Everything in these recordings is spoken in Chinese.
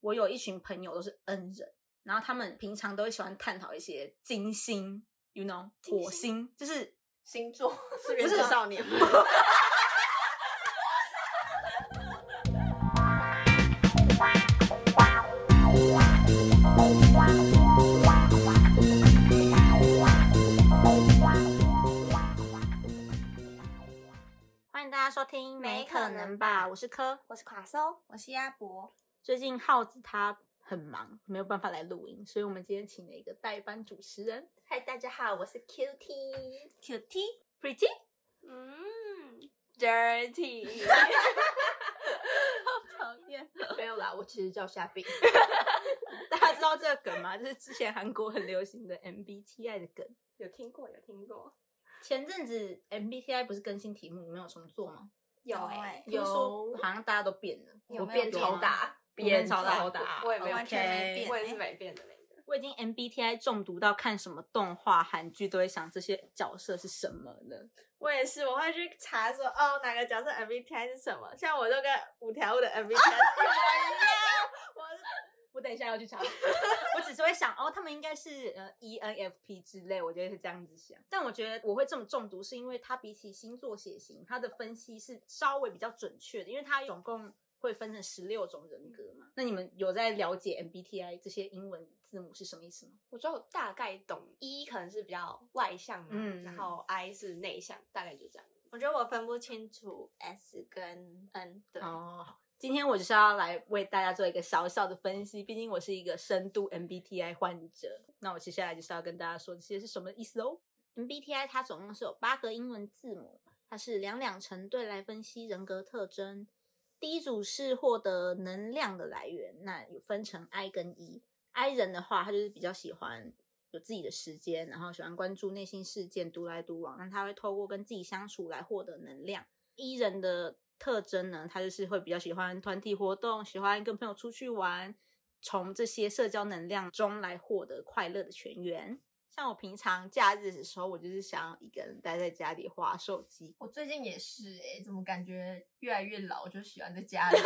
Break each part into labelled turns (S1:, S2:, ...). S1: 我有一群朋友都是 N 人，然后他们平常都会喜欢探讨一些金星，you know，
S2: 金星
S1: 火星，就是
S2: 星座 是
S1: 原子少
S2: 年。
S1: 欢迎大家收听《
S2: 没
S1: 没
S2: 可
S1: 可
S2: 能
S1: 能
S2: 吧
S1: 吧》，我是柯。
S2: 我是卡搜，我是鸭脖。
S1: 最近耗子他很忙，没有办法来录音，所以我们今天请了一个代班主持人
S2: 嗨，大家好，我是 QT。QT，
S1: Pretty。
S2: 嗯，Dirty，
S1: 讨厌，
S2: 没有啦，我其实叫虾饼。
S1: 大家知道这个梗吗？就是之前韩国很流行的 MBTI 的梗。
S2: 有听过，有听过，
S1: 前阵子 MBTI 不是更新题目，你们有重做吗？
S2: 有欸
S3: 哎
S1: 听说好像大家都变了，
S3: 有
S1: 我
S3: 没有
S1: 变
S3: 变
S1: 超
S3: 啊
S1: 大，
S2: 变
S1: 超大
S2: 超大，啊哦哎我也没有
S3: 完全没变
S2: 我也是
S3: 欸
S2: 没变的那个。
S1: 我已经 MBTI 中毒到看什么动画、韩剧都会想这些角色是什么了。
S4: 我也是，我会去查说哦，哪个角色 MBTI 是什么？像我就跟五条悟的 MBTI 一模一样。
S1: 我等一下要去查， 我只是会想哦，他们应该是呃 ENFP 之类，我觉得是这样子想。但我觉得我会这么中毒，是因为它比起星座血型，它的分析是稍微比较准确的，因为它总共会分成十六种人格嘛。那你们有在了解 MBTI 这些英文字母是什么意思吗？
S2: 我就大概懂，E 可能是比较外向嘛，
S1: 嗯
S2: 然后 I 是内向，大概就这样。
S3: 我觉得我分不清楚 S 跟 N，对，
S1: 哦，今天我就是要来为大家做一个小小的分析，毕竟我是一个深度 MBTI 患者。那我接下来就是要跟大家说这些是什么意思哦。MBTI 它总共是有八个英文字母，它是两两成对来分析人格特征。第一组是获得能量的来源，那有分成 I 跟 E。I 人的话，他就是比较喜欢有自己的时间，然后喜欢关注内心事件，独来独往。那他会透过跟自己相处来获得能量。E 人的特征呢，他就是会比较喜欢团体活动，喜欢跟朋友出去玩，从这些社交能量中来获得快乐的泉源。像我平常假日的时候，我就是想要一个人待在家里划手机。
S3: 我最近也是哎、怎么感觉越来越老，就喜欢在 家里。
S1: 真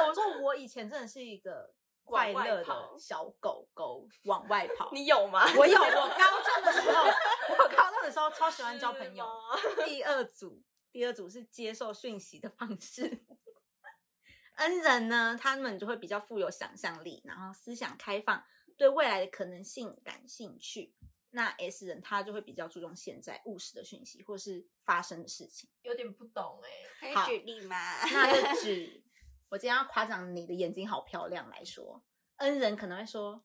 S1: 的，我说我以前真的是一个快
S2: 往外
S1: 乐的
S2: 跑
S1: 小狗狗，往外跑。
S2: 你有吗？
S1: 我有，我高中的时候，我高中的时候超喜欢交朋友。 第二组，第二组是接受讯息的方式。 恩人呢，他们就会比较富有想象力，然后思想开放，对未来的可能性感兴趣。那 S 人他就会比较注重现在务实的讯息或是发生的事情。
S3: 有点不懂哎、
S2: 可
S1: 以好举
S2: 例吗？
S1: 那就指我今天要夸奖你的眼睛好漂亮来说，恩人可能会说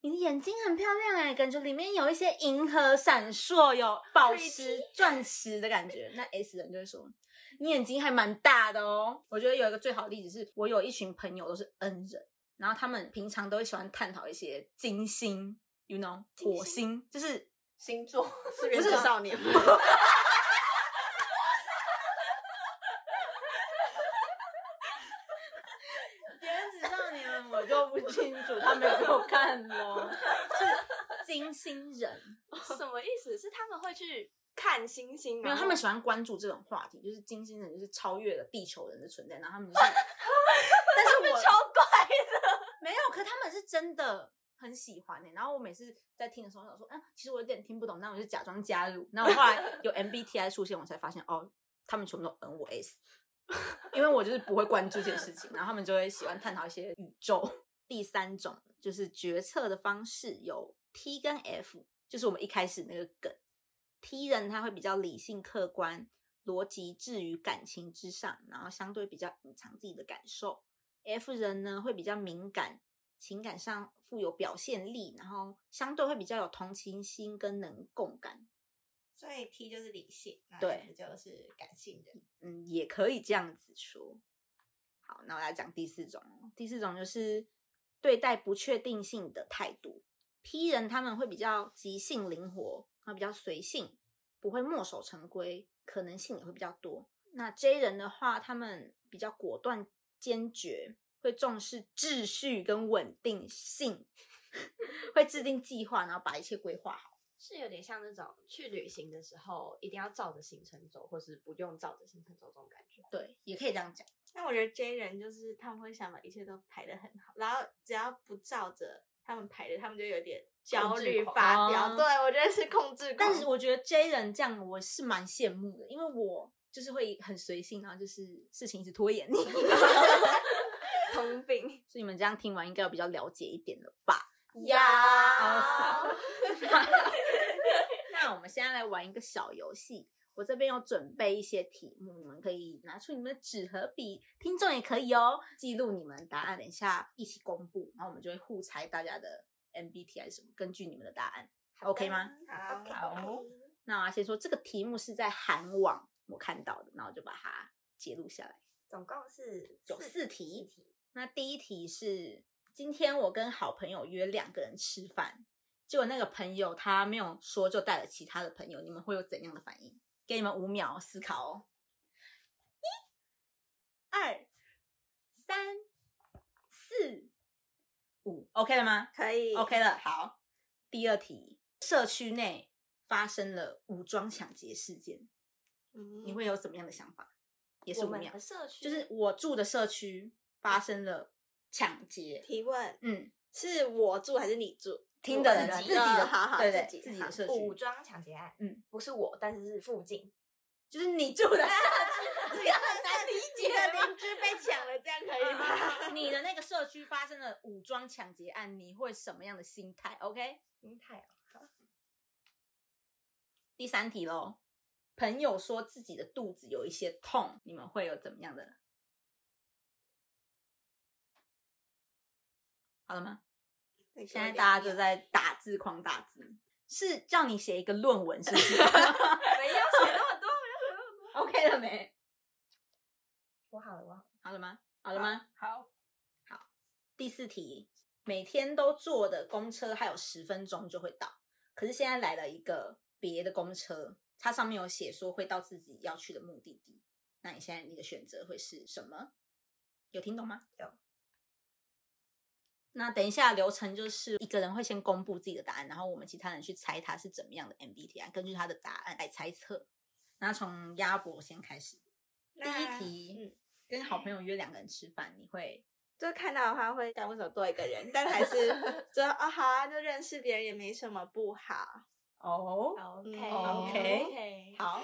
S1: 你的眼睛很漂亮哎、感觉里面有一些银河闪烁，有宝石、钻石的感 觉。那 S 人就会说你眼睛还蛮大的哦。我觉得有一个最好的例子是我有一群朋友都是恩人，然后他们平常都会喜欢探讨一些金星，you know，火星就是。
S2: 星座 是
S1: 原子
S2: 少年，
S1: 原子少年我就不清楚，他 没有给我看咯。 是金星人，
S2: 什么意思？是他们会去看星星吗？
S1: 没有，他们喜欢关注这种话题，就是金星人就是超越了地球人的存在，然后他们 就是，但是我
S2: 超怪
S1: 没有，可他们是真的很喜欢欸呢、然后我每次在听的时候，我想说，嗯，其实我有点听不懂，那我就假装加入。那我后来有 MBTI 出现，我才发现哦，他们全部都 N 我 S，因为我就是不会关注这件事情，然后他们就会喜欢探讨一些宇宙。第三种就是决策的方式有 T 跟 F，就是我们一开始那个梗。T 人他会比较理性客观，逻辑置于感情之上，然后相对比较隐藏自己的感受。F 人呢会比较敏感，情感上富有表现力，然后相对会比较有同情心跟能共感。
S3: 所以 T 就是理性，那
S1: 对
S3: F 就是感性人。
S1: 嗯，也可以这样子说。好，那我来讲第四种哦。第四种就是对待不确定性的态度。P 人他们会比较即兴灵活，然后比较随性，不会墨守成规，可能性也会比较多。那 J 人的话，他们比较果断坚决，会重视秩序跟稳定性， 会制定计划，然后把一切规划好。
S2: 是有点像那种去旅行的时候一定要照着行程走，或是不用照着行程走这种感觉。
S1: 对，也可以这样讲。
S4: 但我觉得 J 人就是他们会想把一切都排得很好，然后只要不照着他们排的，他们就有点焦
S3: 制
S4: 虑
S3: 狂
S4: 发飙。
S1: 哦
S4: 对我觉得是控制狂。
S1: 但是我觉得 J 人这样我是蛮羡慕的，因为我就是会很随性，然后就是事情一直拖延。
S2: 通病
S1: 所以你们这样听完应该有比较了解一点了吧？
S2: 呀。
S1: 那我们现在来玩一个小游戏，我这边有准备一些题目，你们可以拿出你们的纸和笔，听众也可以哦，记录你们答案，等一下一起公布，然后我们就会互猜大家的 MBTI 是什么，根据你们的答案，OK 吗？
S4: 好，
S3: 好，
S1: 那我要先说这个题目是在韩网我看到的，那我就把它截录下来。
S2: 总共是
S1: 有四题。那第一题是，今天我跟好朋友约两个人吃饭，结果那个朋友他没有说，就带了其他的朋友，你们会有怎样的反应？给你们五秒思考哦。一、二、三、四、五，OK 了吗
S4: 可以
S1: ？OK 了，好。第二题，社区内发生了武装抢劫事件，
S4: 嗯
S1: 你会有怎么样的想法？也是
S2: 我
S1: 五
S2: 们
S1: 秒
S2: 的。社区
S1: 就是我住的社区发生了抢劫，
S4: 提问
S1: 嗯，
S4: 是我住还是你住？
S1: 听的人自己
S4: 自己
S1: 的，
S4: 嗯好好
S1: 对对，
S4: 自己
S1: 己的
S4: 好
S1: 社
S2: 武
S1: 区，
S2: 装抢劫案，
S1: 嗯，
S2: 不是我，但是是附近，
S1: 就是你住的社区，这个很难理
S4: 你的
S1: 解
S4: 邻居被 抢了，这样可以吗？
S1: 吧？你的那个社区发生了武装抢劫案，你会什么样的心态？OK，
S2: 心态哦
S1: 第三题喽。朋友说自己的肚子有一些痛，你们会有怎么样的？好了吗？嗯现在大家就在打字狂打字，是叫你写一个论文是不是
S2: 没有写 那么多。
S1: ？OK 了没？
S2: 我好了，我好了，
S1: 好了吗？好了吗？
S3: 好，
S1: 第四题，每天都坐的公车还有十分钟就会到，可是现在来了一个别的公车，它上面有写说会到自己要去的目的地。那你现在你的选择会是什么？有听懂吗？
S2: 有。
S1: 那等一下流程就是一个人会先公布自己的答案，然后我们其他人去猜他是怎么样的 MBTI，根据他的答案来猜测。那从鸭脖先开始，第一
S4: 那
S1: 题，
S4: 嗯
S1: 跟好朋友约两个人吃饭，你会
S4: 就看到的话会，但为什么多一个人？但还是 就哦好啊，就认识别人也没什么不好。
S1: 哦
S4: 嗯
S1: OK
S2: OK，
S1: 好，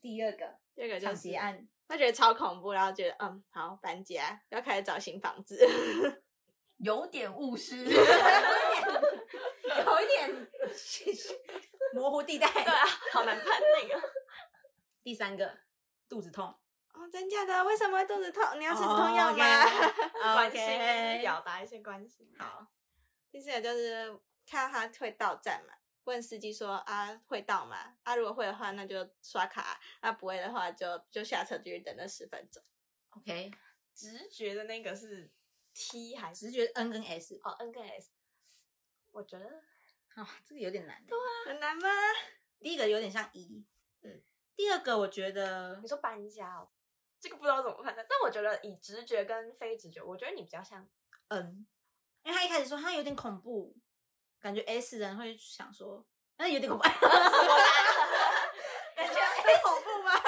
S1: 第二个
S4: 这个就
S1: 抢
S4: 是
S1: 劫，案，
S4: 他觉得超恐怖，然后觉得嗯好搬家，要开始找新房 子。
S3: 有点务 实，
S1: 有一点模糊地带。
S2: 对啊，好难判定啊。
S1: 第三个肚子痛，
S4: 哦，真假的？为什么会肚子痛？你要吃止痛
S1: 哦
S4: 药
S1: ，OK
S4: 吗？
S2: 关
S1: OK
S2: 心表达一些关心。
S1: 好，
S4: 第四个就是看到他会到站嘛，问司机说啊会到吗？啊如果会的话，那就刷卡；啊不会的话就就下车继续等那十分钟。
S1: ，OK，
S2: 直觉的那个是 T 还是
S1: 直觉 N 跟 S
S2: 哦 N 跟 S？我觉得
S1: 啊、这个有点难。对啊，
S4: 很难吗？
S1: 第一个有点像 E，
S2: 嗯，
S1: 第二个我觉得
S2: 你说搬家哦，这个不知道怎么判断，但我觉得以直觉跟非直觉，我觉得你比较像
S1: N，因为他一开始说他有点恐怖，感觉 S 人会想说，那有点恐怖，
S2: 感觉
S4: 会恐怖吗？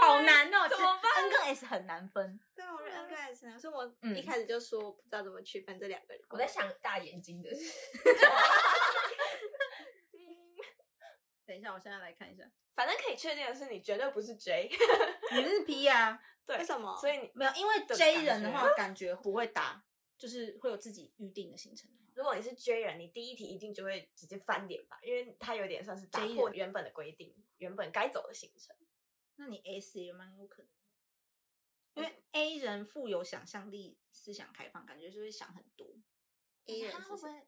S1: 好难哦，
S2: 怎么
S1: 办？N 跟 S 很难分。
S4: 对，我觉得 N 跟 S 呢，所以我
S1: 嗯
S4: 一开始就说我不知道怎么区分这两个人。
S3: 我在想大眼 睛的，
S1: 等一下，我现在来看一下，
S2: 反正可以确定的是，你绝对不是 J，
S1: 你是 P 啊？
S2: 对
S4: 为什么？
S2: 所以你
S1: 没有，因为
S2: 的
S1: J
S2: 感
S1: 人的
S2: 觉
S1: 话，感觉不会打，就是会有自己预定的行程。啊
S2: 如果你是 J 人，你第一题一定就会直接翻脸吧，因为它有点算是打
S1: J 人
S2: 破原本的规定，原本该走的行程。
S1: 那你 S 也蛮有可能，因为 A 人富有想象力、思想开放，感觉就会想很多。
S4: A
S1: 哦
S4: 人
S1: 他会
S4: 是
S1: 不
S4: 谁
S1: 会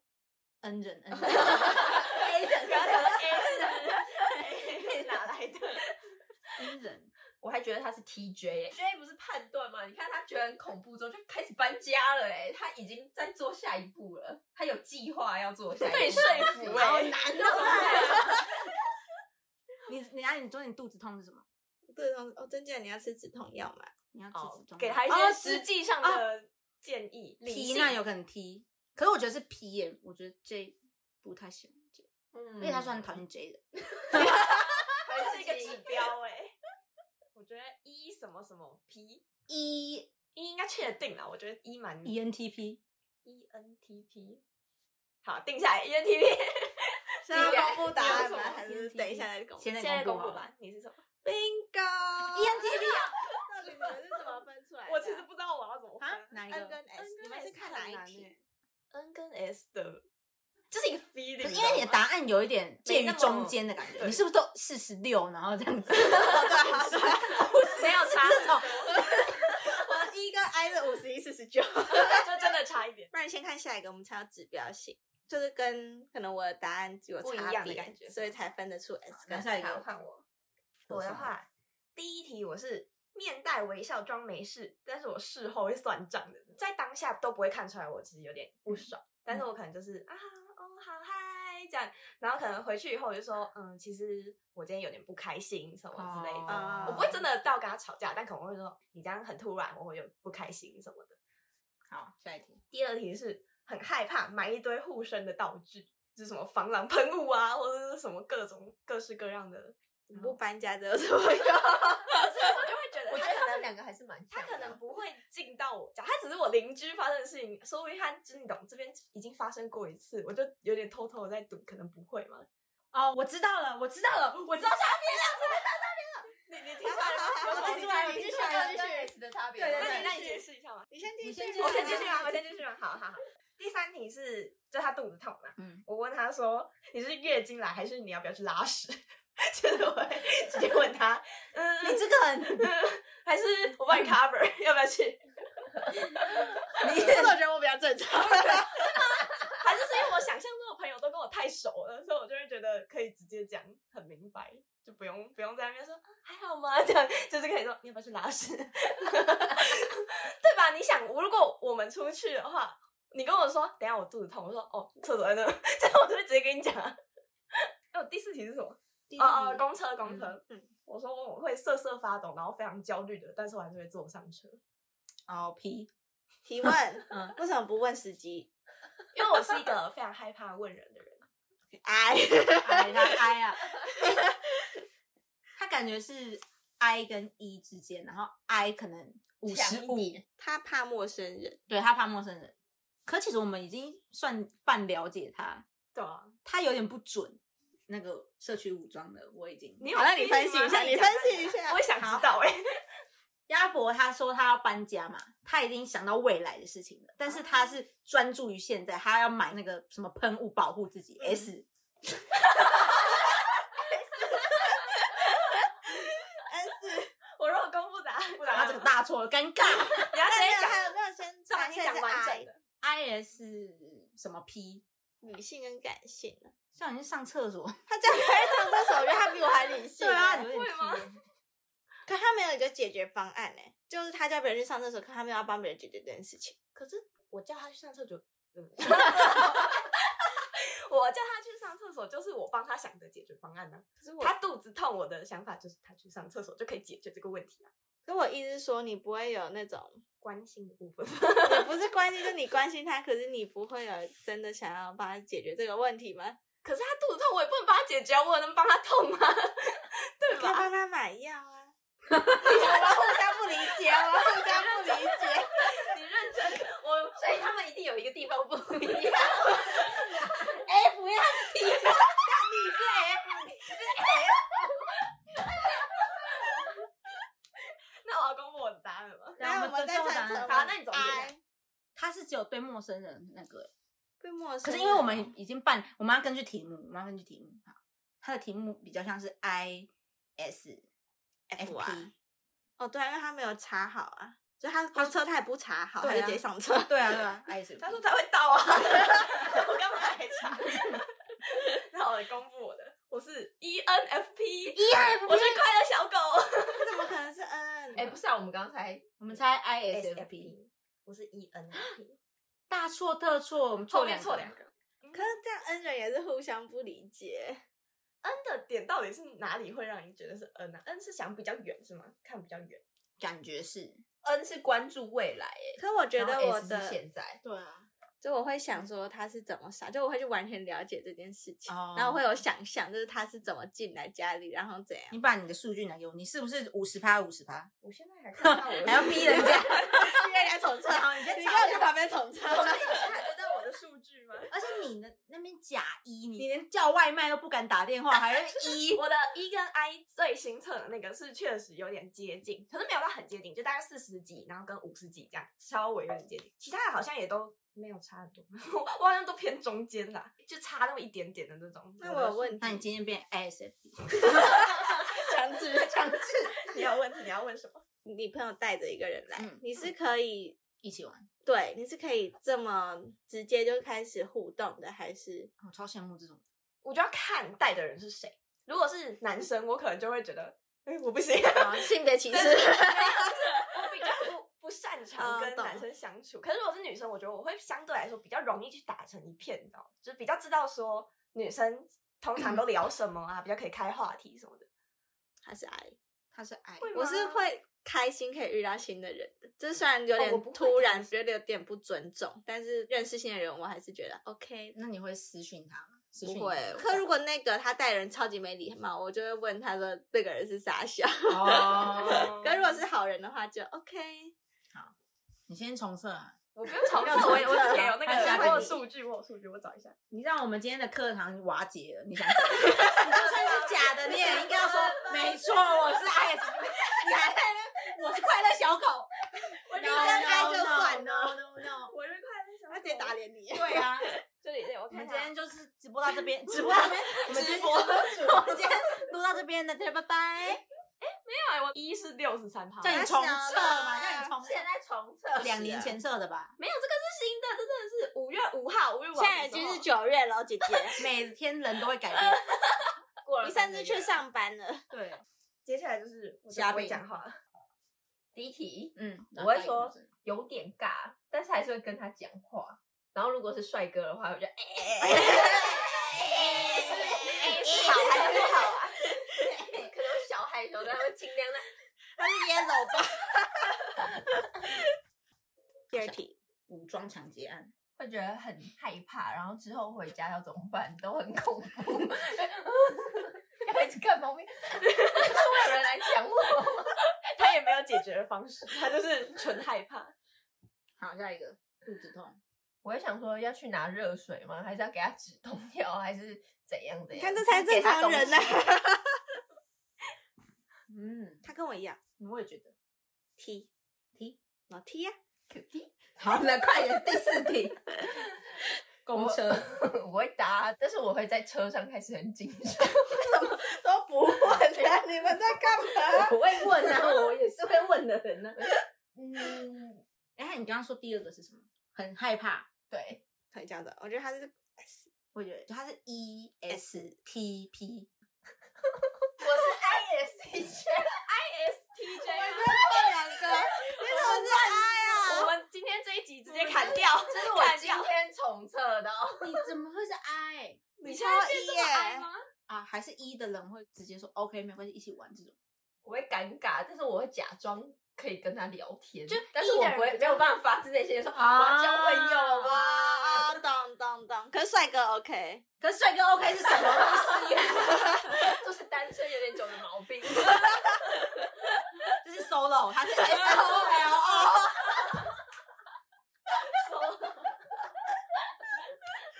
S1: N 人 ？N 人，A 人
S2: 不要讲 A 人哪来的？
S1: ，N 人，
S3: 我还觉得他是 TJ 耶、j 不是判断吗？你看他觉得很恐怖之后就开始搬家了哎、他已经在做下一步了，他有计划要做下一步，
S2: 被 说 服
S4: 欸
S2: 哎
S1: 好难哦。你你啊，你说你肚子痛是什么？
S4: 对方哦，真假你要吃止痛药吗？
S1: 你要吃
S2: 哦
S1: 止痛，
S2: 给
S1: 药
S2: 他一
S1: 哦
S2: 些
S1: 是
S2: 实际上的建议。理
S1: P
S2: 性
S1: 那有可能 P，可是我觉得是 P 耶，我觉得 J 不太喜欢 J，
S2: 嗯
S1: 而且他算讨厌 J 的。
S2: E 还是一个指标哎、我觉得一什么什么 P
S1: E
S2: 一应该确定了，我觉得一 E 蛮
S1: ENTP，
S2: ENTP。好，定下来，E ENTP。
S4: 是要公布答
S2: 有
S4: 案
S2: 什
S4: 吗？
S2: 么
S4: 还是等一下再公布？
S1: 现
S2: 现
S1: 在
S2: 在公
S1: 布
S2: 布
S1: 吧
S2: 吧，你是什么？
S4: Bingo！
S1: ，ENTP 啊
S4: 到底你们是怎么分出来的？
S2: 我其实不知道我要怎么分
S1: 啊，哪一
S4: N
S1: 个
S4: 跟？S，
S2: 跟
S4: 你们是
S2: S
S4: 看哪
S2: 很难
S4: 一
S2: 欸
S4: 题？
S2: N 跟 S 的，这是一个 feeling，
S1: 不是因为你的答案有一点介于
S2: 没那么
S1: 中间的感觉，
S2: 对
S1: 你是不是都四十六，然后这 样子？
S2: 没有差
S1: 这种
S4: 我一跟 I 是五十一四十九。
S2: 就真的差一点。
S4: 不然先看下一个，我们才有指标性，就是跟可能我的答案有
S2: 不一
S4: 差
S2: 样
S4: 别，
S2: 的感觉
S4: 所以才分得出 S
S1: 那
S4: 跟
S1: 下一
S2: 好
S1: 个
S2: 换我，我的 话，第一题我是面带微笑装没事，但是我事后会算账的，在当下都不会看出来我其实有点不爽，
S1: 嗯
S2: 但是我可能就是啊哦好嗨这样，然后可能回去以后我就说嗯，其实我今天有点不开心什么之类的。
S1: 哦
S2: 我不会真的到跟他吵架，但可能会说你这样很突然，我会有点不开心什么的。
S1: 好，下一题。
S2: 第二题是很害怕买一堆护身的道具，就是什么防狼喷雾啊，或者是什么各种各式各样的。
S4: 你不搬家这有什么用？
S2: 但是 我就会觉得，
S3: 我觉
S2: 他
S3: 得
S2: 可
S3: 他
S2: 能
S3: 们两个还是蛮
S2: 他
S3: 像
S2: 可
S3: 的
S2: 能不会进到我家，他只是我邻居发生的事情，说不定他就是你懂，这边已经发生过一次，我就有点偷偷的在赌，可能不会嘛。
S1: 哦，我知道了，我知道了，我知道下
S2: 你 你听出来了吗？我听出来了，
S4: 你
S2: 你
S4: 继
S2: 继
S4: 续
S2: 续。
S3: 跟跟 S 的差别吗。
S4: 对
S2: 那
S4: 对对
S2: 你那
S4: 继
S2: 你
S4: 续
S2: 解释一下嘛。
S4: 你先
S1: 你
S4: 继
S1: 先
S4: 续
S1: 继续
S4: 吧，
S2: 我先继
S1: 继
S2: 续吗？我先继续吗？好好好。第三题是，就他肚子痛嘛，
S1: 嗯
S2: 我问他说你是月经来还是你要不要去拉屎？ 就是我会直接问他，嗯，
S1: 你这个很，
S2: 还是我帮你 cover，要不要去？
S1: 你
S4: 我总觉得我比较 正常，
S2: 还是是因为我想象中的朋友都跟我太熟了，所以我就会觉得可以直接讲，很明白，就不用不用在那边说啊还好吗？ 这样就是可以说你要不要去拉屎， 对吧？你想，如果我们出去的话，你跟我说等一下我肚子痛，我说哦厕所在那， 这样我就会直接跟你讲啊。哎，我第四题是什么？哦哦，公车公车。
S4: 嗯
S2: 我说我会瑟瑟发抖，然后非常焦虑的，但是我还是会坐上车，
S1: 哦 P，
S4: 提问，
S1: 嗯
S4: 为什么不问司机
S2: 因为我是一个非常害怕问人的人。
S4: ？I
S1: 哎他 I 啊，他感觉是 I 跟 E 之间，然后 I 可能五十
S3: 强
S1: 五，
S3: 一点
S4: 他怕陌生人，
S1: 对他怕陌生人，可其实我们已经算半了解他，
S2: 对啊，
S1: 他有点不准。那个社区武装的我已经，
S2: 你有
S4: 好，那你
S2: feeling
S4: 分析
S2: 吗
S4: 一下，
S2: 那
S4: 你
S2: 讲
S4: 分
S2: 看
S4: 析一
S2: 看
S4: 下
S2: 我，也想知道哎、
S1: 鸭脖他说他要搬家嘛，他已经想到未来的事情了，但是他
S2: 哦
S1: 是专注于现在，他要买那个什么喷雾保护自己。S，
S2: 嗯 我如果公布答案，不答
S1: 然后这个大错了，尴尬。
S2: 你要
S4: 那
S2: 先
S4: 没有
S2: 讲，
S4: 还有没有先
S2: 这
S4: 讲
S2: 还
S4: 一
S2: 是
S4: 下
S2: 讲
S4: 是
S2: 完整
S4: I
S2: 的。
S1: I S 什么 P？
S4: 理性跟感性呢？
S1: 像你去上厕所，
S4: 他这样还会上厕所，我觉得他比我还理 性。
S1: 啊，有点
S2: 会吗
S1: P
S4: 可他没有一个解决方案呢、就是他叫别人去上厕所，可他没有要帮别人解决这件事情。
S2: 可是我叫他去上厕所，嗯 我叫他去上厕所，就是我帮他想的解决方案呢、
S4: 可是
S2: 他肚子痛，我的想法就是他去上厕所就可以解决这个问题啊。
S4: 可我意思是说，你不会有那种，
S2: 关心的 部分，
S4: 也不是关心，就你关心他，可是你不会有真的想要帮他解决这个问题吗？
S2: 可是他肚子痛，我也不能帮他解决啊，我能帮他痛吗？ 对
S4: 你可以
S2: 吧？
S4: 帮他买药啊。我们互相不理解，我们 互相不理解。
S2: 你认真，我
S3: 所以他们一定有一个地方不一样。
S2: 那我要公布我的答案了吗？
S4: 然后我们再
S1: 最后答
S4: 传
S1: 案
S4: 承。
S2: 好那你总结一下
S4: I
S1: 他是只有对陌生人那个欸，
S4: 被陌生人。
S1: 可是因为我们已经办，我们要根据题目，我们要根据题目。好，他的题目比较像是 I S F
S4: F
S1: P。
S4: 啊，哦对啊，因为他没有查好啊，就他他车他也不查好，他
S1: 对啊
S4: 就直接上车。
S1: 对啊，对啊，ISFP。
S2: 他 说他会到啊， 我刚才还查。那我来公布我的，我是 E ENFP，
S3: E
S1: ENFP
S2: 我是快乐小狗。
S4: 怎么可能是 N？
S3: 哎，不是啊，我们刚才
S1: 我们猜 ISFP，
S2: 我是 E ENFP，
S1: 大错特错，我们
S2: 后
S1: 错
S2: 面
S1: 两
S2: 错两
S1: 个。
S2: 个。
S4: 可是这样 N 人也是互相不理解。
S2: N 的点到底是哪里会让你觉得是 N 呢、n 是想比较远是吗？看比较远。
S1: 感觉是
S3: N 是关注未来，哎，
S4: 可我觉得
S3: 然后
S4: 我
S3: S 是
S4: 的
S3: 现在，
S1: 对啊，
S4: 就我会想说他是怎么杀，就我会去完全了解这件事情，
S1: 哦
S4: 然后会有想象，就是他是怎么进来家里，然后怎样。
S1: 你把你的数据拿给我，你是不是五十趴五十趴？
S3: 我现在还看到我，
S1: 还要逼人家
S4: 你在家重唱，
S1: 你
S4: 你看我去旁边重 唱。
S2: 还 得到我的数据吗？
S1: 而且你的那边假一，你你连叫外卖都不敢打电话，还 是一
S2: 我的 E 跟 I 最新测的那个是确实有点接近，可是没有到很接近，就大概四十几，然后跟五十几这样，稍微有点接近。其他的好像也都没有差很多， 我我好像都偏中间啦，就差那么一点点的那种。
S4: 那我有
S2: 的
S4: 问
S1: 那你
S4: 题，
S1: 今天变 ISFP，
S4: 强制强制，
S2: 你要问你要问什么？
S4: 你朋友带着一个人来
S1: 嗯，
S4: 你是可以
S1: 一起玩，
S4: 对，你是可以这么直接就开始互动的，还是
S1: 我超羡慕这种。
S2: 我就要看带的人是谁。如果是男生，我可能就会觉得，哎、我不行，
S4: 性别歧视？
S2: 我 比较不不擅长
S3: 啊
S4: 嗯
S2: 跟
S4: 懂
S2: 男生相处。可是如果是女生，我觉得我会相对来说比较容易去打成一片，你知道吗就是比较知道说女生通常都聊什么啊，比较可以开话题什么的。
S4: 还是矮？
S1: 他是 I，
S2: 会吗
S4: 我是会开心可以遇到新的人的，这虽然有
S2: 我不
S4: 点
S2: 会
S4: 突
S2: 开
S4: 然，
S2: 心
S4: 觉得有点不尊重，但是认识新的人，我还是觉得 OK。
S1: 那你会私讯他吗？私
S4: 不
S1: 讯
S4: 会，可如果那个他待人超级没礼貌，我就会问他说这个人是傻笑。
S1: 哦，
S4: 可如果是好人的话，就 OK。
S1: 你先重测啊。
S2: 我不用重
S4: 要
S2: 测，我也我
S4: 重测
S2: 之前有那
S1: 按下
S2: 个我有
S1: 去
S2: 数据，我有数据，我找一下。
S1: 你让我们今天的课堂瓦解了，你想怎样？ 你就算是假的，你也应该要 说没错，我是 ISFP，你还在那，我是快乐小狗。
S2: 我
S4: 觉得该就算了
S1: No no no，
S2: 我是快乐小狗，
S4: 他直接打脸你。
S1: 对啊，
S2: 这里这里我
S1: 我
S2: 看
S1: 们
S2: 一
S1: 今
S2: 下。
S1: 天就是直播到这边，直播到这边，我们今天
S2: 直播
S1: 我们今天录到这边的，大家拜拜。
S2: 没有，我一是六十三趴，
S1: 叫你
S4: 太
S1: 重
S4: 小
S1: 测
S4: 了
S1: 嘛，叫你重测
S3: 现，在重
S4: 啊
S3: 测
S1: 两年前测的吧？
S2: 没有这个是新的，这真的是五月五号，五月五号
S4: 现
S2: 的
S4: 在
S2: 时候。
S4: 已经是九月了，姐姐，
S1: 每天人都会改变，
S3: 过了，
S4: 你上次去。上 班了，
S1: 对，
S2: 接下来就是我真
S1: 嘉
S2: 的不会
S1: 宾
S2: 讲话了。
S3: 第一题
S1: 嗯，
S3: 我会说有点尬，但是还是会跟他讲话。然后如果是帅哥的话，我就哎
S2: 哎是好还是不好啊？
S3: 可能会小害羞，但会尽量的。
S4: 他是 yellow 吧？第二题，
S1: 武装抢劫案，
S3: 会觉得很害怕，然后之后回家要怎么办都很恐怖， 要一直看旁边，会有人来抢我。
S2: 他也没有解决的方式，他就是纯害怕。
S1: 好，下一个肚子痛，
S3: 我会想说要去拿热水吗？还是要给他止痛药，还是怎样怎
S4: 你
S3: 样？
S4: 看这才正常人呢、啊
S3: 给他东西
S1: 嗯，
S4: 他跟我一样
S1: 我也觉得，
S4: 踢
S1: 踢
S4: 老踢呀、
S1: 好了，快点，第四题，公
S3: 我
S1: 车，
S3: 我会搭，但是我会在车上开始很紧张。
S4: 都不问的、你们在干 嘛？
S1: 我会问啊，我也是会问的人啊呢、嗯，哎，你刚刚说第二个是什么？很害怕，
S3: 对，
S4: 可以这样子，我觉得他是哎
S1: 我觉得他是 E S T P，
S3: 我是 ISTJ，
S2: TJ，
S4: 两个，你怎么是爱
S2: 我
S4: 啊？
S2: 们今天这一集直接砍掉，
S3: 这是我今天重测的哦。
S1: 你怎么会是 I
S4: 你
S2: 现
S4: 超
S2: 在
S4: 一
S2: 爱
S4: 耶，
S2: 吗？
S1: 啊？还是 E 的人会直接说 OK，没关系，一起玩这种。
S3: 我会尴尬，但是我会假装可以跟他聊天，
S2: 就
S3: 但是
S2: 一
S3: 我不
S2: 的人
S3: 会
S2: 比
S3: 没
S2: 较
S3: 有办法发自内心地说、
S1: 啊
S3: 我要交朋 友
S4: 哇
S3: 吧。
S4: 啊，懂懂懂，可是帅哥 OK，
S1: 可是帅哥 OK 是什么东西、
S3: 就是单身有点久的毛病，
S1: 这是 solo，他是 S O L O。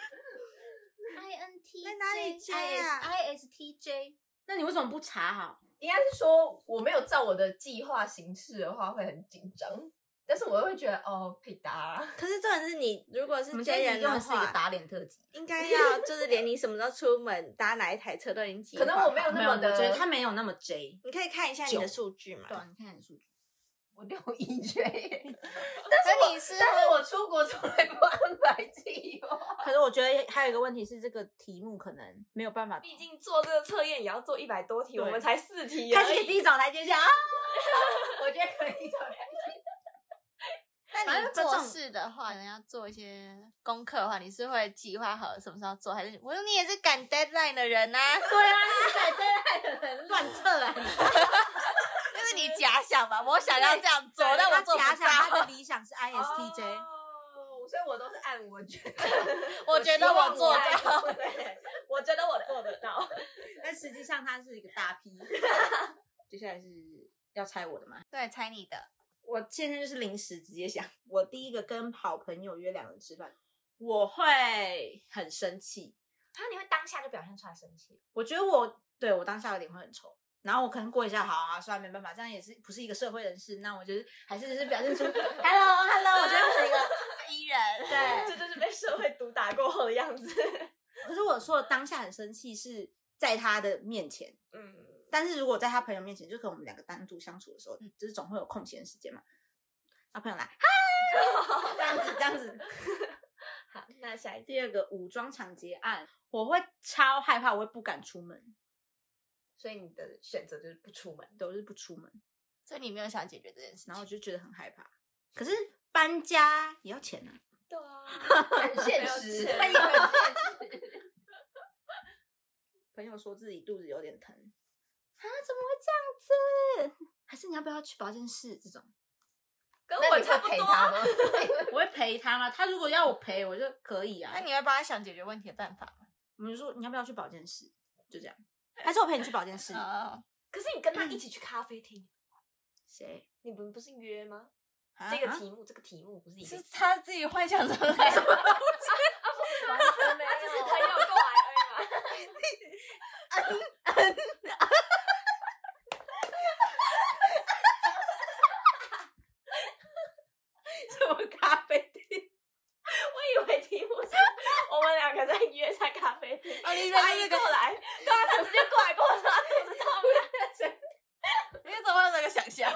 S1: I N T
S4: 在哪里 J 啊
S1: I S T J，那你为什么不查好？
S3: 应该是说我没有照我的计划行事的话会很紧张，但是我会觉得哦可以搭啊、
S4: 可是重点是你如果
S1: 我
S4: 是
S1: 们今
S4: J
S1: 天
S4: 人
S1: 一共
S4: 的
S1: 是一个
S4: 话，
S1: 打脸特辑。
S4: 应该要就是连你什么时候出门 搭哪一台车都已经计划
S3: 可
S4: 好。
S3: 能我没有那么
S1: 我
S3: 的，
S1: 觉得他没有那么 J。
S4: 你可以看一下你的数据嘛
S1: 对。啊，你看你数据，
S3: 我六一 J，
S4: 可
S3: 但是我
S4: 你是
S3: 但是我出国从来不安排计划，
S1: 可是我觉得还有一个问题是，这个题目可能没有办法。
S2: 毕竟做这个测验也要做一百多题，
S1: 对
S2: 我们才四题
S1: 开
S2: 而
S1: 始给自
S2: 已。
S1: 己找台阶下啊！
S3: 我觉得可以找人
S4: 那你
S1: 反正这
S4: 做
S1: 种
S4: 事嗯的话，你要做一些功课的话，你是会计划好什么时候做，还是我说你也是赶 deadline 的人 呐、啊？
S1: 对啊，你在在乱测啊！你
S4: 就是你假想吧，我想要这样做，但我
S1: 他
S4: 做不
S1: 假想
S4: 到。哦
S1: 他的理想是 ISTJ，
S2: 哦，我
S4: 所以我都是按我觉得，
S1: 我觉得
S4: 希望
S1: 我做
S4: 爱
S1: 到，
S2: 对，我觉得我做得到。
S1: 但实际上它是一个大 P。接下来是要猜我的吗？
S5: 对，猜你 的。
S1: 我现在就是临时直接想，我第一个跟好朋友约两人吃饭，我会很生气。
S2: 他你会当下就表现出来生气，
S1: 我觉得我对我当下的脸会很臭，然后我可能过一下好啊，虽然没办法，这样也是不是一个社会人士，那我就是还是就是表现出 hello hello，我觉得 我是一个
S5: 伊人，
S1: 对，
S2: 这就是被社会毒打过后的样子。
S1: 可是我说的当下很生气是在他的面前，
S2: 嗯，
S1: 但是如果在他朋友面前，就可能我们两个单独相处的时候，就是总会有空闲时间嘛。那朋友来， 嗨，这样子这样子。
S2: 好，那下一题，
S1: 第二个武装抢劫案，我会超害怕，我会不敢出门，
S2: 所以你的选择就是不出门。
S1: 对，我就是不出门，
S4: 所以你没有想解决这件事
S1: 然后我就觉得很害怕。可是搬家也要钱啊，
S2: 对啊，
S4: 很现实，
S2: 没有钱
S4: 他一个很 现实。
S1: 朋友说自己肚子有点疼，啊，怎么会这样子？还是你要不要去保健室？这种
S2: 跟
S4: 那
S2: 我
S4: 你
S2: 差
S4: 会
S2: 不
S4: 陪
S2: 多
S4: 他
S2: 啊。
S4: 吗？
S1: 我会陪他吗？他如果要我陪，我就可以啊。
S4: 那你会帮他想解决问题的办法吗？
S1: 我们就说你要不要去保健室？就这 样，还是我陪你去保健室？
S4: 哦，
S2: 可是你跟他一起去咖啡厅，
S1: 谁？
S2: 你们不是约吗？
S1: 啊
S2: 这个
S1: 啊
S2: 题目，这个题目不是一个
S4: 是他自己幻想出来的。
S2: 完全没有，只是朋友过来而已嘛。
S1: 什么咖啡厅？
S2: 我以为题目是我们两个在约在咖啡厅，
S4: 哦，你
S2: 他一过来，对啊，他直接过来跟我说他肚子痛了。
S4: 你怎么有这个想象？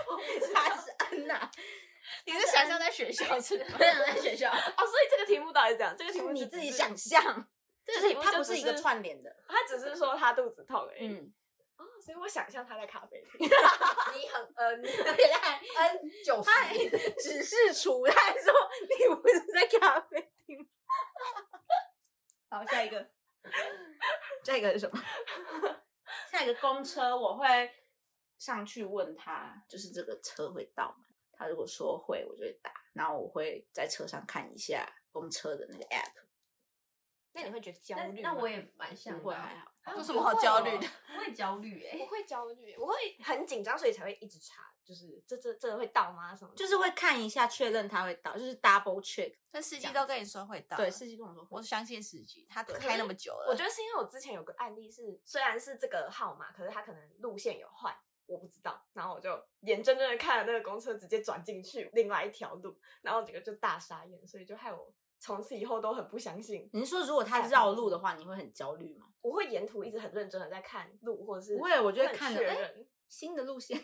S1: 他是安 娜，
S4: 你是想象在学校是 吗？
S1: 没有在学校，
S2: 哦，所以这个题目到底是这样？这个题
S1: 是
S2: 目
S1: 你
S2: 就
S1: 自己
S2: 只是，
S1: 想 象，
S2: 这
S1: 就是
S2: 个题目
S1: 它
S2: 就
S1: 不
S2: 只
S1: 是一个串联的。
S2: 他只是说他肚子痛而已。
S1: 嗯，
S2: 哦，所以我想象他在咖啡厅，
S4: 你很嗯
S1: 来，
S4: 嗯九
S1: 他还只是除，他还说你不是在咖啡厅。好，下一个， 下一个是什么？下一个公车，我会上去问他，就是这个车会到吗？他如果说会，我就会打，然后我会在车上看一下公车的那个 app。
S2: 那你会觉得焦
S4: 那
S2: 虑
S4: 那
S2: 吗
S4: 我也蛮
S3: 啊
S4: 想
S1: 不会还好，
S4: 有什么好
S3: 哦
S4: 焦虑的？我会焦虑
S3: 欸
S4: 哎
S2: 我会焦虑，我会很紧张，所以才会一直查，就是这这这会到吗？什么的？
S1: 就是会看一下确认他会到，就是 double check。
S4: 那司
S1: 这
S4: 机
S1: 样
S4: 都跟你说会到，
S1: 对，司机跟我说会
S4: 我相信司机，他
S2: 对
S4: 开那么久了，
S2: 我觉得是因为我之前有个案例是，虽然是这个号码，可是他可能路线有换，我不知道，然后我就眼睁睁的看着那个公车直接转进去另外一条路，然后整个就大傻眼，所以就害我从此以后都很不相信。
S1: 你是说如果他绕路的话，你会很焦虑吗？
S2: 我会沿途一直很认真的在看路，或者是
S1: 不会我觉得
S2: 很
S1: 看着
S2: 确
S1: 哎
S2: 认，
S1: 新的路线，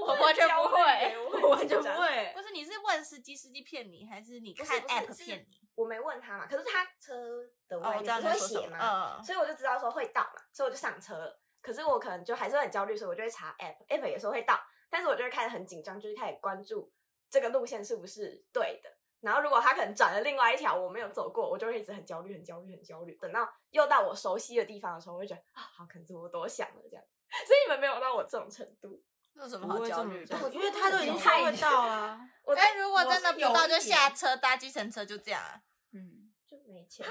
S4: 我
S2: 很
S4: 完全
S2: 焦
S4: 不
S2: 虑
S4: 会
S2: 欸我
S1: 我完全不
S2: 很紧张
S1: 会
S4: 不。是你是问司机，司机骗你，还是你
S2: 不
S4: 看
S2: 是不是
S4: app
S2: 是
S4: 骗你？
S2: 我没问他嘛，可是他车的
S4: 哦，
S2: 外
S4: 我知
S2: 面
S4: 道
S2: 不
S4: 你在
S2: 是会
S4: 说什
S2: 写
S4: 么。
S2: 吗？
S1: 哦
S4: 嗯，
S2: 所以我就知道说会到嘛，所以我就上车了。可是我可能就还是很焦虑，所以我就会查 app，app 也说会到，但是我就会开始很紧张，就是开始关注这个路线是不是对的。然后如果他可能转了另外一条我没有走过，我就会一直很焦虑、很焦虑、很焦虑。等到又到我熟悉的地方的时候，我就觉得啊，好，可能是我多想了这样。所以你们没有到我这种程度，
S4: 有什么
S1: 不
S4: 好
S1: 会
S4: 焦
S1: 这
S4: 虑
S1: 么
S4: 的
S1: 焦？
S2: 我
S1: 虑，
S2: 觉
S1: 因
S2: 得
S1: 为他都已经说会到啊。
S2: 我
S4: 但哎如果真的
S2: 比
S4: 不到，就下车搭计程车，就这样啊。
S1: 嗯，
S2: 就没钱。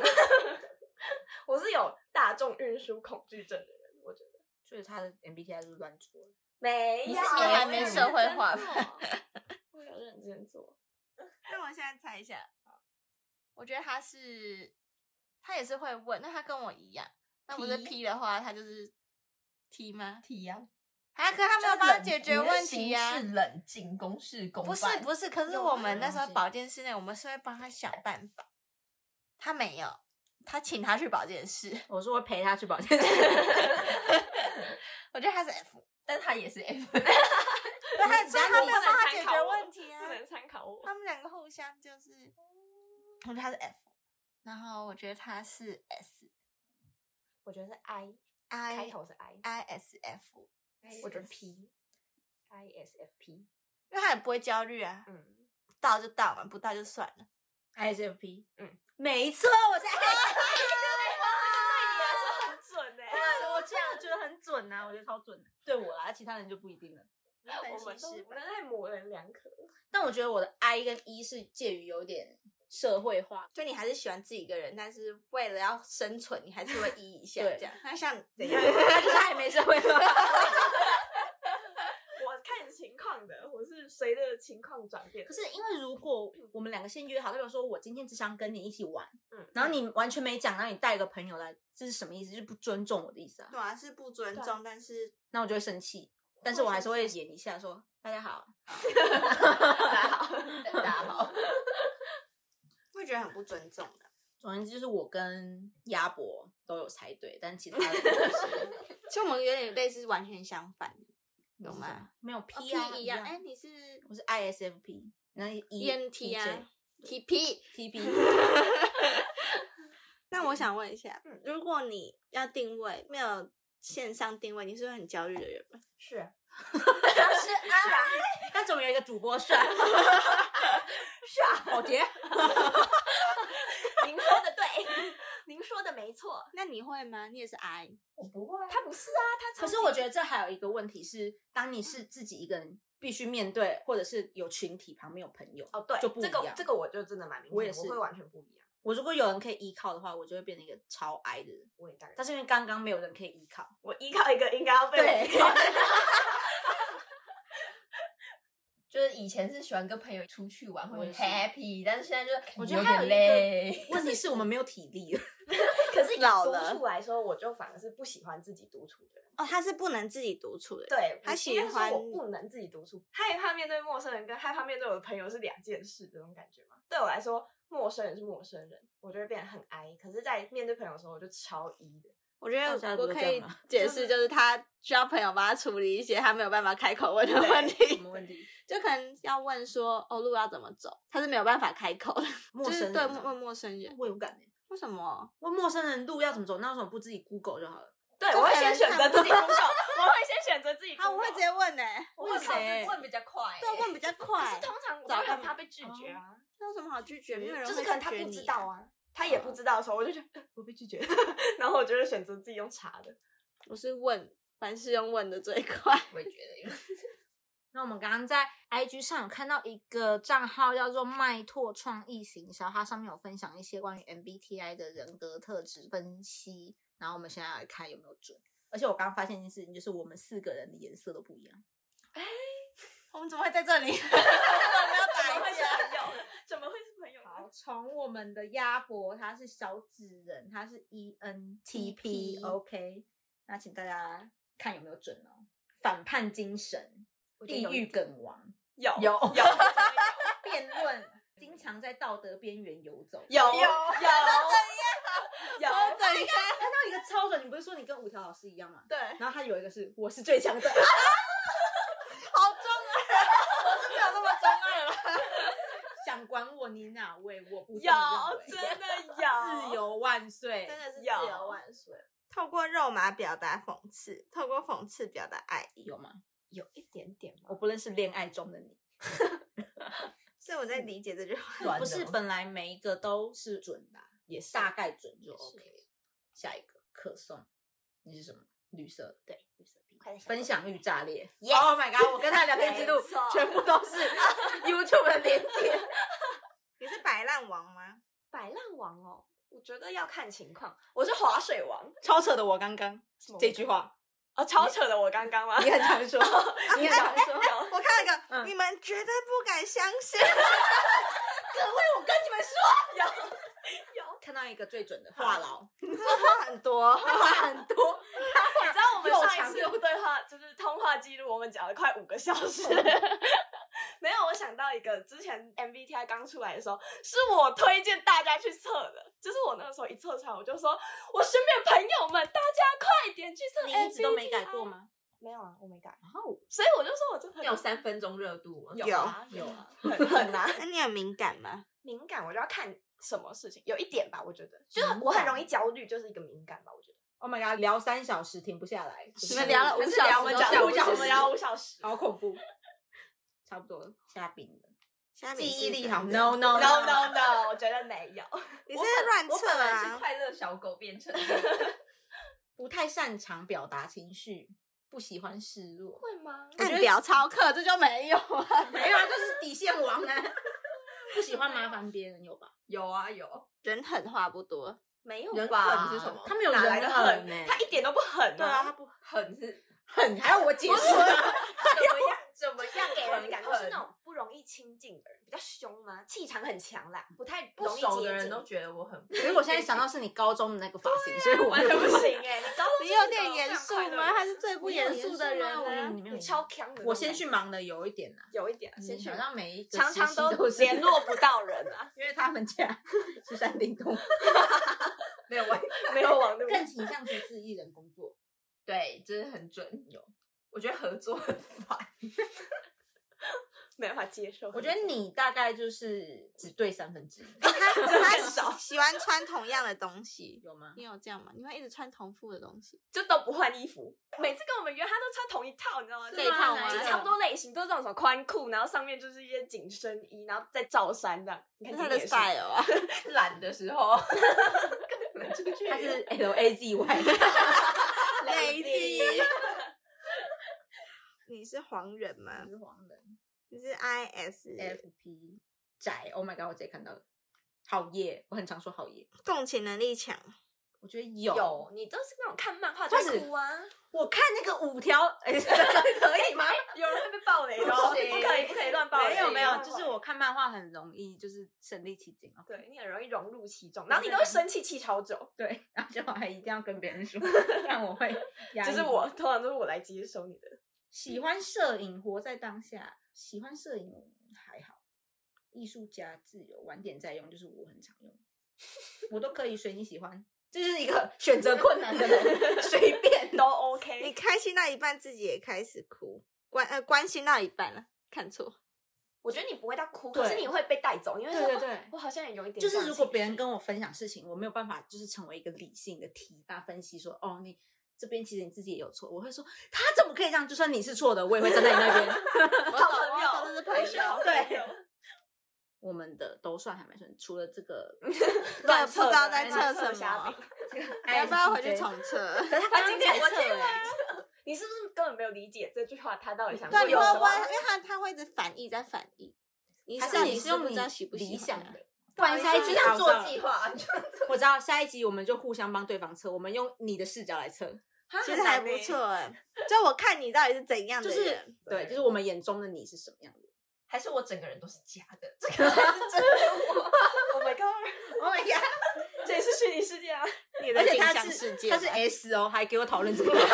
S2: 我是有大众运输恐惧症的人，我觉得
S1: 所以他的 MBTI 就是乱做。
S2: 没
S4: 你
S2: 有，
S4: 是你还没社会化吧
S2: 吧？ 我有认真做。
S4: 那我现在猜一下，我觉得他是，他也是会问，那他跟我一样，那不是
S2: T
S4: P 的话，他就是 T 吗？
S3: 题呀、
S4: 啊，可是他没有帮他解决问题啊呀、
S3: 是冷静，公事公
S4: 不是
S3: 办
S4: 不是，可是
S1: 有
S4: 我
S1: 吗
S4: 们那时候
S1: 东西
S4: 保健室内，我们是会帮他想办法，他没有，他请他去保健室，
S1: 我说我陪他去保健室，
S4: 我觉得他是 F，
S3: 但他也是 F，
S4: 但他
S2: 只
S4: 所以
S2: 要
S4: 他
S2: 你
S4: 没有
S2: 不
S4: 帮
S2: 能
S4: 他
S2: 参
S4: 解
S2: 考
S4: 决
S2: 我
S4: 问题啊
S2: 不，能参考我。
S4: 他们两个互相就是，我觉得他是 F，然后我觉得他是 S
S2: 我觉得是 I，开
S4: I
S2: 头是 I，
S4: I S F，
S2: 我觉得 P，ISFP，
S4: 因为他也不会焦虑啊，
S2: 嗯，
S4: 到就到嘛，不到就算了。
S1: ISFP，
S2: 嗯，
S1: 没错，我是 ISFP，
S2: 你哎还是很准的。欸
S1: 哎啊我这样觉得很准呐、我觉得超准的。对我啦，其他人就不一定了。
S4: 分
S2: 我们
S4: 析
S2: 都
S4: 师
S2: 我
S4: 吧
S2: 们。太模棱两可。
S1: 但我觉得我的 I 跟 E 是介于有点社会化，
S4: 就你还是喜欢自己一个人，但是为了要生存，你还是会 E 依一下
S1: 对
S4: 这样。那像怎样？他就是还 没社会化。
S2: 我看情况的，我是随着情况转变
S1: 可。是因为如果我们两个先约好，代表说我今天只想跟你一起玩，
S2: 嗯
S1: 然后你完全没讲，然后你带一个朋友来，这是什么意思？就是不尊重我的意思啊
S4: 对？啊，是不尊重，但是
S1: 那我就会生气，但是我还是会演一下说大家好，
S3: 大家 好，
S4: 会觉得很不尊重的。
S1: 总而言之就是我跟鸭脖都有猜对，但其他的都不是
S4: 其实我们有点类似，完全相反，有吗？
S1: 没有
S4: 哦
S1: P 啊
S4: 一样。哎，你是
S1: 我是 ISFP，那 E
S4: ENT 啊？TP。
S1: TB，
S4: 那我想问一下，如果你要定位，没有线上定位，你是会很焦虑的人吗？
S2: 是啊
S3: 是啊，
S1: 但总有一个主播帅，哦
S2: 是啊，
S1: 保洁。
S2: 您说的对，您说的没错。
S4: 那你会吗？你也是 I，
S3: 我不会啊，
S2: 他不是啊，他
S1: 可是我觉得这还有一个问题是，当你是自己一个人，必须面对，或者是有群体旁边有朋友。
S2: 哦，对，
S1: 就不一
S2: 这个
S1: 样
S2: 这个我就真的蛮明显的，
S1: 我也是
S2: 会完全不一样。
S1: 我如果有人可以依靠的话，我就会变成一个超矮的人。
S2: 我也大概，
S1: 但是因为刚刚没有人可以依靠，
S2: 我依靠一个应该要被我
S1: 对
S2: 依靠的人
S3: 就是以前是喜欢跟朋友出去玩
S1: 我
S3: 会
S1: 也是
S3: happy，但是现在就
S1: 我觉得
S3: 有
S1: 还有
S3: 点
S1: 一个
S3: 累。
S1: 问题是我们没有体力了。
S2: 可是以
S4: 老
S2: 独
S4: 了
S2: 处来说，我就反而是不喜欢自己独处的人。
S4: 哦，他是不能自己独处的人。
S2: 对，
S4: 他
S2: 我
S4: 喜
S2: 应该是说
S4: 欢
S2: 我不能自己独处，害怕面对陌生人跟害怕面对我的朋友是两件事，这种感觉嘛。对我来说，陌生人是陌生人，我就会变得很 I。可是，在面对朋友的时候，我就超 E 的。
S4: 我觉
S1: 到现在不
S4: 得我
S1: 是
S4: 可
S1: 这样
S4: 以
S1: 吗
S4: 解释，啊就是他需要朋友帮他处理一些他没有办法开口问的问
S1: 什
S4: 题，
S1: 么问题？
S4: 就可能要问说哦路要怎么走，他是没有办法开口的，
S1: 陌
S4: 就
S1: 生
S4: 是
S1: 人
S4: 对
S1: 啊
S4: 问陌生人
S1: 我有感欸
S4: 为什么？
S1: 问陌生人路要怎么走，那为什么不自己 Google 就好了？
S2: 对，
S4: 这
S2: 我会
S4: 可能
S2: 先选择
S4: 看不
S2: 自己 Google，我会先选择自己 Google。
S4: 啊，我会直接问呢、
S3: 我
S1: 问谁
S3: 问比较快欸，
S4: 对， 问比较
S2: 可
S4: 快
S2: 是，通常我
S4: 找
S2: 都
S4: 干
S2: 很
S4: 嘛
S2: 怕被拒绝啊，
S4: 那有什么好拒绝？没有人
S2: 就是
S4: 会
S2: 可能他
S4: 拒绝
S2: 不知
S4: 你
S2: 道
S4: 啊。
S2: 啊，他也不知道的时候，我就觉得呃 我被拒绝，然后我就会选择自己用查的。
S4: 我是问，凡事用问的最快。
S3: 我也觉得有
S1: 那我们刚刚在 IG 上有看到一个账号叫做“麦拓创意行销”，它上面有分享一些关于 MBTI 的人格特质分析，然后我们现在来看有没有准。而且我刚刚发现一件事情，就是我们四个人的颜色都不一样。
S4: 我们怎么会在这里？我们要
S2: 怎么
S4: 打
S2: 会
S4: 一
S2: 是
S4: 架。
S2: 朋友？ 怎么会是朋友呢？
S1: 好，从我们的鸭脖，它是小纸人，它是 E ENTP，OK、那请大家看有没有准哦。反叛精神，地狱梗王，
S2: 有
S1: 有
S2: 有
S1: 辩论，经常在道德边缘游走。
S2: 有有有
S4: 我怎样？
S1: 看到一个超准，你不是说你跟五条老师一样吗？
S4: 对，
S1: 然后他有一个是我是最强 的，
S4: 好中二，我是没有那么中二了。
S1: 啊 想管我你哪位，我不这么
S2: 有，
S1: 认为
S2: 真的有
S1: 自由万岁，
S4: 真的是自
S2: 有
S4: 由万岁。透过肉麻表达讽刺，透过讽刺表达爱意。
S1: 有吗？
S2: 有一点点
S1: 我不认识恋爱中的你，
S4: 所以我在理解这句话。
S1: 不是
S3: 哦
S1: 本来每一个都是准的啊，
S2: 也是
S1: 大概准就
S2: 也是
S1: OK。下一个可颂，你是什么？绿色，对，绿色
S2: 快点想
S1: 分享欲炸裂
S2: Yes
S1: Oh my god！我跟他聊天记录
S2: 没错
S1: 全部都是 YouTube 的连接。
S4: 你是摆烂王吗？
S2: 摆烂王哦，我觉得要看情况。我是划水王，
S1: 超扯的，我刚刚
S2: 什么
S1: 这句话，
S2: 哦，超扯的，我刚刚吗？
S1: 你很常 说，你 很常说。
S2: 有
S4: 哦我看了个，
S1: 嗯
S4: 你们绝对不敢相信。
S1: 看到一个最准的话痨，
S4: 话很多，
S1: 话很多，
S2: 你知道我们
S1: 又
S2: 上
S1: 长
S2: 一次对话就是通话记录，我们讲了快五个小时。 没有，我想到一个，之前 MBTI 刚出来的时候，是我推荐大家去测的。就是我那个时候一测出来，我就说，我身边朋友们，大家快点去测 MBTI。
S4: 哎
S1: 吗？
S2: 没有啊，我没改。
S1: 然后
S2: 所以我就说，我真的
S6: 有三分钟热度吗？
S2: 有啊
S1: 有
S2: 有啊，很很难
S4: 那你很敏感吗？
S2: 敏感，我就要看什么事情，有一点吧，我觉得，就是我很容易焦虑，就是一个敏感吧，我觉得。
S1: ，Oh my god，聊三小时停不下来，
S4: 你们聊了五
S1: 可是
S4: 小时
S1: 聊我们
S4: 都
S1: 讲
S4: 讲
S1: 五
S4: 不
S1: 小
S4: 完
S2: 我
S1: 时
S2: 们聊五小时，
S1: 好恐怖，差不多了，虾饼了，
S4: 虾米
S1: 记
S4: 是
S1: 忆力好
S4: 真的
S1: ，no no
S2: no no no，我觉得没有。
S4: 你是在乱
S6: 我
S4: 测
S6: 本来是
S4: 啊？
S6: 快乐小狗变成
S1: 不太擅长表达情绪，不喜欢示弱，
S2: 会吗？
S4: 按表超课这就没有啊。
S1: 没有啊，就是底线王啊， 不喜欢麻烦别人有吧？
S3: 有啊有，
S4: 人狠话不多，
S2: 没有
S3: 人
S1: 啊
S2: 吧？
S3: 狠是什么
S1: 他没有
S2: 哪来
S1: 人
S2: 的
S1: 狠欸
S2: 狠
S1: 呢、？
S2: 他一点都不狠
S1: 嗯对啊，他不
S3: 狠是
S1: 狠还要我解释 吗？
S2: 怎么样？怎么样给人
S3: 很
S2: 感觉是
S3: 狠
S2: 那种不容易亲近的人，比较凶吗？气场很强啦，不太
S3: 不
S2: 容易
S3: 熟
S2: 接
S3: 的人
S2: 近
S3: 都觉得我很
S1: 可是我现在想到是你高中的那个发型，所以 我
S2: 完
S1: 就
S2: 全不
S1: 不
S2: 行哎、你高中
S4: 你
S2: 就是
S4: 有
S2: 一
S4: 点
S2: 个
S4: 严
S2: 非常
S4: 肃
S2: 快乐
S4: 吗？他是最不
S1: 我有严
S4: 肃
S1: 肃啊
S4: 的人
S1: 吗我以为
S4: 呢
S1: 你。没有
S2: 你
S1: 严
S2: 超
S1: 肃。
S2: 强的那种感觉。
S1: 我先去忙了有一点啊啦，
S2: 有一点，先去
S1: 好像每一个
S2: 常常
S1: 实习嗯都是
S2: 联，络不到人啊，
S1: 因为他们家是山顶洞，
S3: 没有外
S2: 没有网络。
S1: 更倾向独自一人工作。
S3: 对，真的很准有。我觉得合作 很烦，
S2: 没办法接受。
S1: 我觉得你大概就是只对三分之一，
S4: 他他喜欢穿同样的东西。
S1: 有吗？
S4: 你有这样吗？你会一直穿重复的东西？
S2: 就都不换衣服，每次跟我们约他都穿同一套，你知道吗？
S1: 是吗
S2: 这一套
S1: 哪一
S2: 就
S1: 种
S2: 差不多类型，都是这种什么宽裤，然后上面就是一些紧身衣，然后再罩衫这样。你
S4: 那
S2: 看
S4: 是他的
S2: 今天也是
S4: style 啊，
S3: 懒的时候跟你们出去，
S1: 他是 L A Z Y，
S4: lazy。你是黄人吗？
S1: 是黄人
S4: 你是 IS，
S1: F P 宅，Oh my god，我直接看到了，好耶！我很常说好耶，
S4: 共情能力强，
S1: 我觉得有
S2: 有，你都是那种看漫画就
S1: 开
S2: 会
S1: 始
S2: 哭啊，
S1: 我看那个五条， 哎、可以吗？
S2: 有人会被暴雷的哦，
S1: 不行
S2: 不可以，不可以乱暴雷。
S1: 没有没有，
S2: 乱
S1: 就是
S2: 暴雷
S1: 我看漫画很容易，就是身临其境啊。
S2: 对你很容易融入其中，然后你都会生气，气超久。
S1: 对，然后就还一定要跟别人 说，不然我会压抑
S2: 就是我通常都是我来接收你的，
S1: 喜欢摄影，活在当下。喜欢摄影还好，艺术家自由，晚点再用，就是我很常 用，我都可以随你喜欢。这是一个选择困难的人， 随便
S2: 都
S4: 你
S2: OK。
S4: 开心到一半，自己也开始哭，关呃关心到一半了，看错。
S2: 我觉得你不会到哭，
S1: 对
S2: 可是你会被带走，因为说
S1: 对对
S2: 哦
S1: 对
S2: 我好像也有一点这
S1: 就
S2: 样的情绪。
S1: 是如果别人跟我分享事情，我没有办法就是成为一个理性的提拔分析说，哦，你这边其实你自己也有错，我会说他怎么可以这样？就算你是错的，我也会站在你那边。
S4: 我
S2: 好
S4: 懂
S2: 朋友
S4: 我懂这是朋友。
S1: 对，我们的都算还蛮顺，除了这 个
S4: 乱不知道在
S1: 乱
S4: 测
S2: 测
S4: 什
S2: 虾
S4: 么
S2: 饼，
S4: 你要不要回去重测？哎
S1: 可是他
S2: 他
S1: 刚
S2: 今天
S1: 才
S2: 我
S1: 测
S2: 听
S1: 了欸，
S2: 你是不是根本没有理解这句话？他到底想
S4: 对，你
S2: 有
S4: 会
S2: 什
S4: 不
S2: 么
S4: 会？？因为他他会一直反义，在反义。你
S1: 还
S4: 到
S1: 是
S4: 底
S1: 你
S4: 是
S1: 用
S4: 不
S1: 你
S4: 知道喜不喜
S1: 理
S4: 欢
S1: 想
S4: 啊
S1: 的？不然下一集
S3: 要
S1: 好
S3: 做计划，就
S1: 我知道下一集我们就互相帮对方测，我们用你的视角来测，
S2: 哈
S4: 其实还不。错哎、就我看你到底是怎样的
S1: 就
S4: 人，
S1: 是 对，就是我们眼中的你是什么样的。
S3: 还是我整个人都是假的，这个才是真的我。
S2: Oh my god！
S1: Oh my god！
S2: 这也是虚拟世界啊！
S4: 你的
S1: 而且
S4: 理
S1: 他
S4: 想世
S1: 是
S4: 界
S1: 他
S4: 嘛。
S1: 是 S 哦，还给我讨论这个。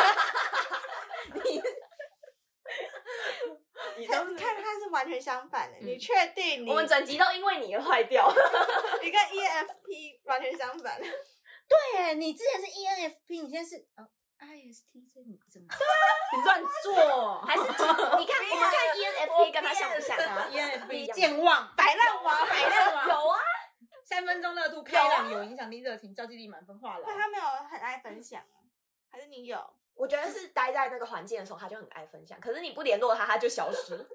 S2: 你
S4: 他
S2: 都
S4: 你
S2: 是
S4: 看他是完全相反的，
S1: 嗯
S4: 你确定你
S2: 我们整集都因为你而坏掉。
S4: 你跟 EFP 完全相反？
S1: 对耶，欸你之前是 E ENFP，你现在是哦 ISTJ，你怎 么你乱做？
S2: 还是你 看，我们看 E ENFP 跟他像不像啊
S1: ，E ENFP
S2: 见
S1: 健忘，
S4: 白烂王，
S1: 白烂王
S2: 有啊，
S1: 三分钟热度开朗，有啊影响力，热情，交际力满分，话痨。
S4: 但他没有很爱分享啊，还是你有？
S2: 我觉得是待在那个环境的时候，他就很爱分享。可是你不联络他，他就消失，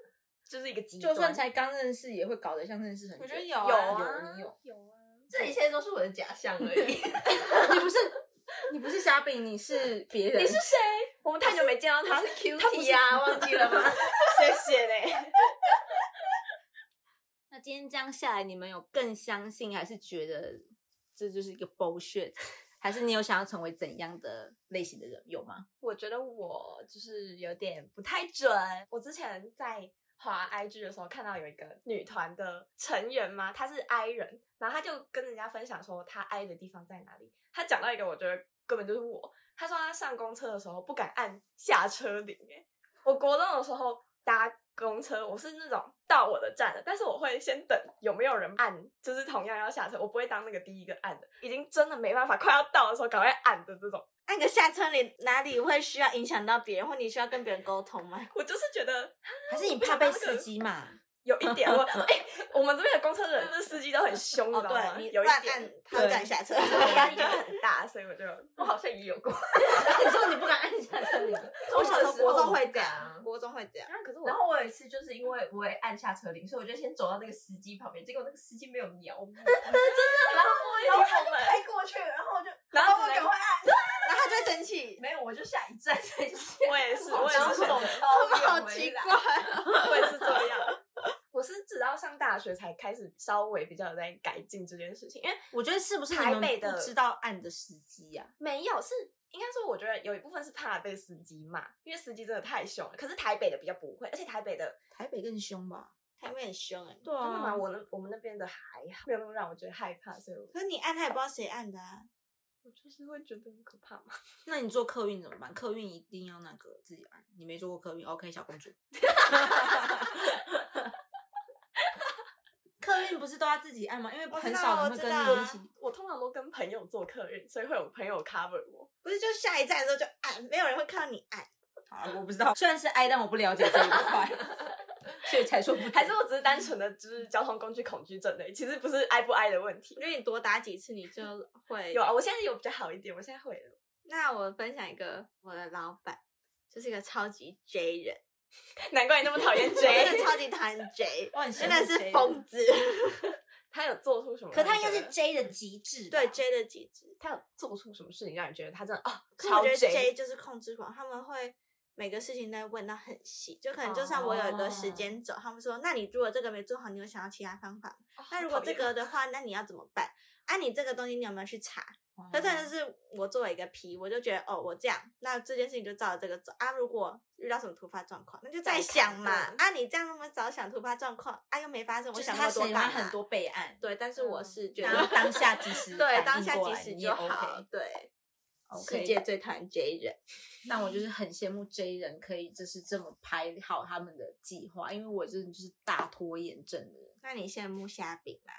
S2: 就是一个极端。
S1: 就算才刚认识，也会搞得像认识很久。
S4: 我觉得有啊
S2: 有
S1: 有
S2: 啊
S1: 你有，
S2: 有啊，
S3: 这一切都是我的假象而已。
S1: 你不是你不是虾饼，你是别人。
S2: 你是谁？我们太久没见到他，
S3: Q
S2: 他不是
S3: T 啊，忘记了吗？
S2: 谢谢嘞。
S1: 那今天这样下来，你们有更相信，还是觉得这就是一个 bullshit？还是你有想要成为怎样的类型的人？有吗？
S2: 我觉得我就是有点不太准。我之前在滑 IG 的时候看到有一个女团的成员嘛，她是 I 人，然后她就跟人家分享说她 I 的地方在哪里。她讲到一个我觉得根本就是我，她说她上公车的时候不敢按下车铃、欸。我国中的时候搭公车，我是那种到我的站了，但是我会先等有没有人按，就是同样要下车，我不会当那个第一个按的。已经真的没办法，快要到的时候赶快按的这种。
S4: 那个下车里哪里会需要影响到别人，或你需要跟别人沟通 吗？
S2: 我就是觉得
S1: 还是你怕被司机骂？
S2: 有一点，我哎、我们这边的公车人，这司机都很凶，你
S4: 哦，
S2: 知道吗？
S4: 对，你
S2: 有一
S4: 乱按
S2: 点，，
S4: 他敢下车。
S2: 我压 力就很大，所以 我就
S3: 我好像也有过。
S1: 你说你不敢按下车 铃，
S4: 我小时候国中会这
S3: 我不敢啊
S4: 样，国中会这样。
S2: 啊，可是
S3: 然后我有一次就是因为我也按下车铃，所以我就先走到那个司机旁边，结果那个司机没有鸟我，
S2: 然后我
S3: 然后他
S2: 我
S3: 就
S2: 们，
S3: 开过去，然后我就
S2: 然后
S3: 我
S2: 只能
S3: 赶快按，
S4: 然后他就会生气， 气，
S3: 没有，我就下一站再下。
S2: 我也是，我也
S3: 然后
S2: 是这
S3: 从
S2: 种人，
S3: 高
S4: 他们好
S3: 远回
S4: 奇
S3: 来
S4: 怪。
S2: 我也是这样。 我是直到上大学才开始稍微比较有在改进这件事情，因为
S1: 我觉得是不是你
S2: 台
S1: 们
S2: 北
S1: 不
S2: 的
S1: 知道按的时机啊呀、
S2: 没有是应该说，我觉得有一部分是怕被司机骂，因为司机真的太凶了。可是台北的比较不会，而且台北的
S1: 台北更凶吧？
S4: 他们很凶哎、
S1: 对啊，
S2: 真的吗？我那我们那边的还好，没有那么让我觉得害怕，所以我
S4: 可是你按他也不知道谁按的啊。
S2: 我就是会觉得很可怕嘛。
S1: 那你做客运怎么办？客运一定要那个自己按，你没做过客运，OK，小 公主。 客运不是都要自己按吗？因为
S4: 我知
S1: 很
S4: 道
S1: 少
S4: 我
S1: 人会
S4: 知
S1: 跟
S4: 道
S1: 你一
S4: 啊
S1: 起。
S2: 我通常都跟朋友做客运，所以会有朋友 cover 我。
S4: 不是，就下一站的时候就按，没有人会看到你按。
S1: 好了，我不知道，虽然是爱，但我不了解这一块， 所以才说不。
S2: 还是我只是单纯的就是交通工具恐惧症而已，其实不是爱不爱的问题
S4: 因。为你多打几次，你就会
S2: 有啊，我现在有比较好一点，我现在会了。
S4: 那我分享一个我的老板，就是一个超级 J 人，
S2: 难怪你那么 讨厌
S4: 我真
S2: J，
S4: 的超级讨厌 J，
S1: 我很 羡
S4: 真的
S1: 慕 J
S4: 是
S1: 人
S4: 疯子。
S2: 他有做出什么
S1: 可
S2: 让你觉得？
S1: 他应该是 J 的极致吧，
S4: 对 J 的极致，
S2: 他有做出什么事情让你觉得他真的啊、
S4: 可是
S2: 超
S4: 我觉得 J
S2: J？
S4: 就是控制狂，他们会。每个事情都会问到很细，就可能就算我有一个
S1: 哦
S4: 时间轴，他们说，那你如果这个没做好，你有想到其他方法吗？
S2: 哦
S4: 那如果这个的话，那你要怎么办？啊，你这个东西你有没有去查？
S1: 哦，
S4: 可真的是我作为一个 P，我就觉得哦，我这样，那这件事情就照着这个走啊。如果遇到什么突发状况，那就再
S2: 再
S4: 想
S2: 看
S4: 嘛。
S2: 对
S4: 啊，你这样那么早想突发状况，啊又没发生，
S1: 就是
S4: 我想
S1: 他
S4: 那么多
S1: 喜
S4: 干
S1: 欢
S4: 嘛？
S1: 很多备案，
S4: 对，但是我
S2: 嗯
S4: 是觉
S1: 然后
S4: 得
S1: 当下及时
S4: 对
S1: 反
S4: 当
S1: 应
S4: 下
S1: 过
S4: 及
S1: 来
S4: 时
S1: 你
S4: 就
S1: 也 OK
S4: 好。对，世
S1: OK，
S4: 界最讨厌 J 人，
S1: 但我就是很羡慕 J 人可以就是这么排好他们的计划，因为我真的就是大拖延症的人。
S4: 那你羡慕虾饼吗？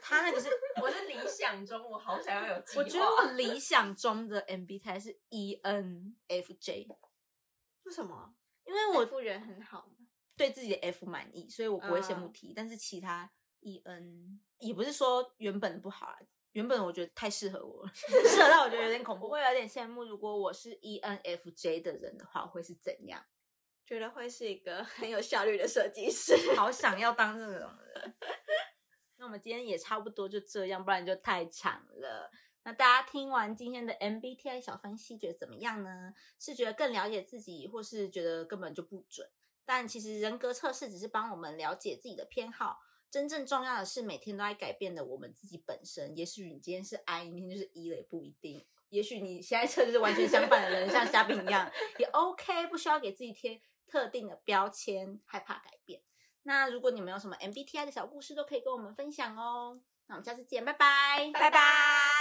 S1: 他那个是，
S3: 我是理想中，我好想要有计
S1: 我
S3: 划。
S1: 觉得我理想中的 MBTI 是 E ENFJ，
S4: 为什么？
S1: 因为我
S4: 夫人很好吗？
S1: 对自己的 F 满意，所以我不会羡慕
S4: 嗯
S1: T，、但是其他 EN 也不是说原本的不好啊，原本我觉得太适合我了，适合到我觉得有点恐怖，我会有点羡慕。如果我是 E ENFJ 的人的话，我会是怎样？
S4: 觉得会是一个很有效率的设 计师。
S1: 好想要当这种人。那我们今天也差不多就这样，不然就太长了。那大家听完今天的 MBTI 小分析，觉得怎么样呢？是觉得更了解自己，或是觉得根本就不准？但其实人格测试只是帮我们了解自己的偏好，真正重要的是每天都在改变的我们自己本身。也许你今天是 I，你明天就是 E 了，也不一定。也许你现在测就是完全相反的人，像嘉宾一样也 OK，不需要给自己贴特定的标签，害怕改变。那如果你们有什么 MBTI 的小故事，都可以跟我们分享哦。那我们下次见，拜拜，
S4: 拜拜。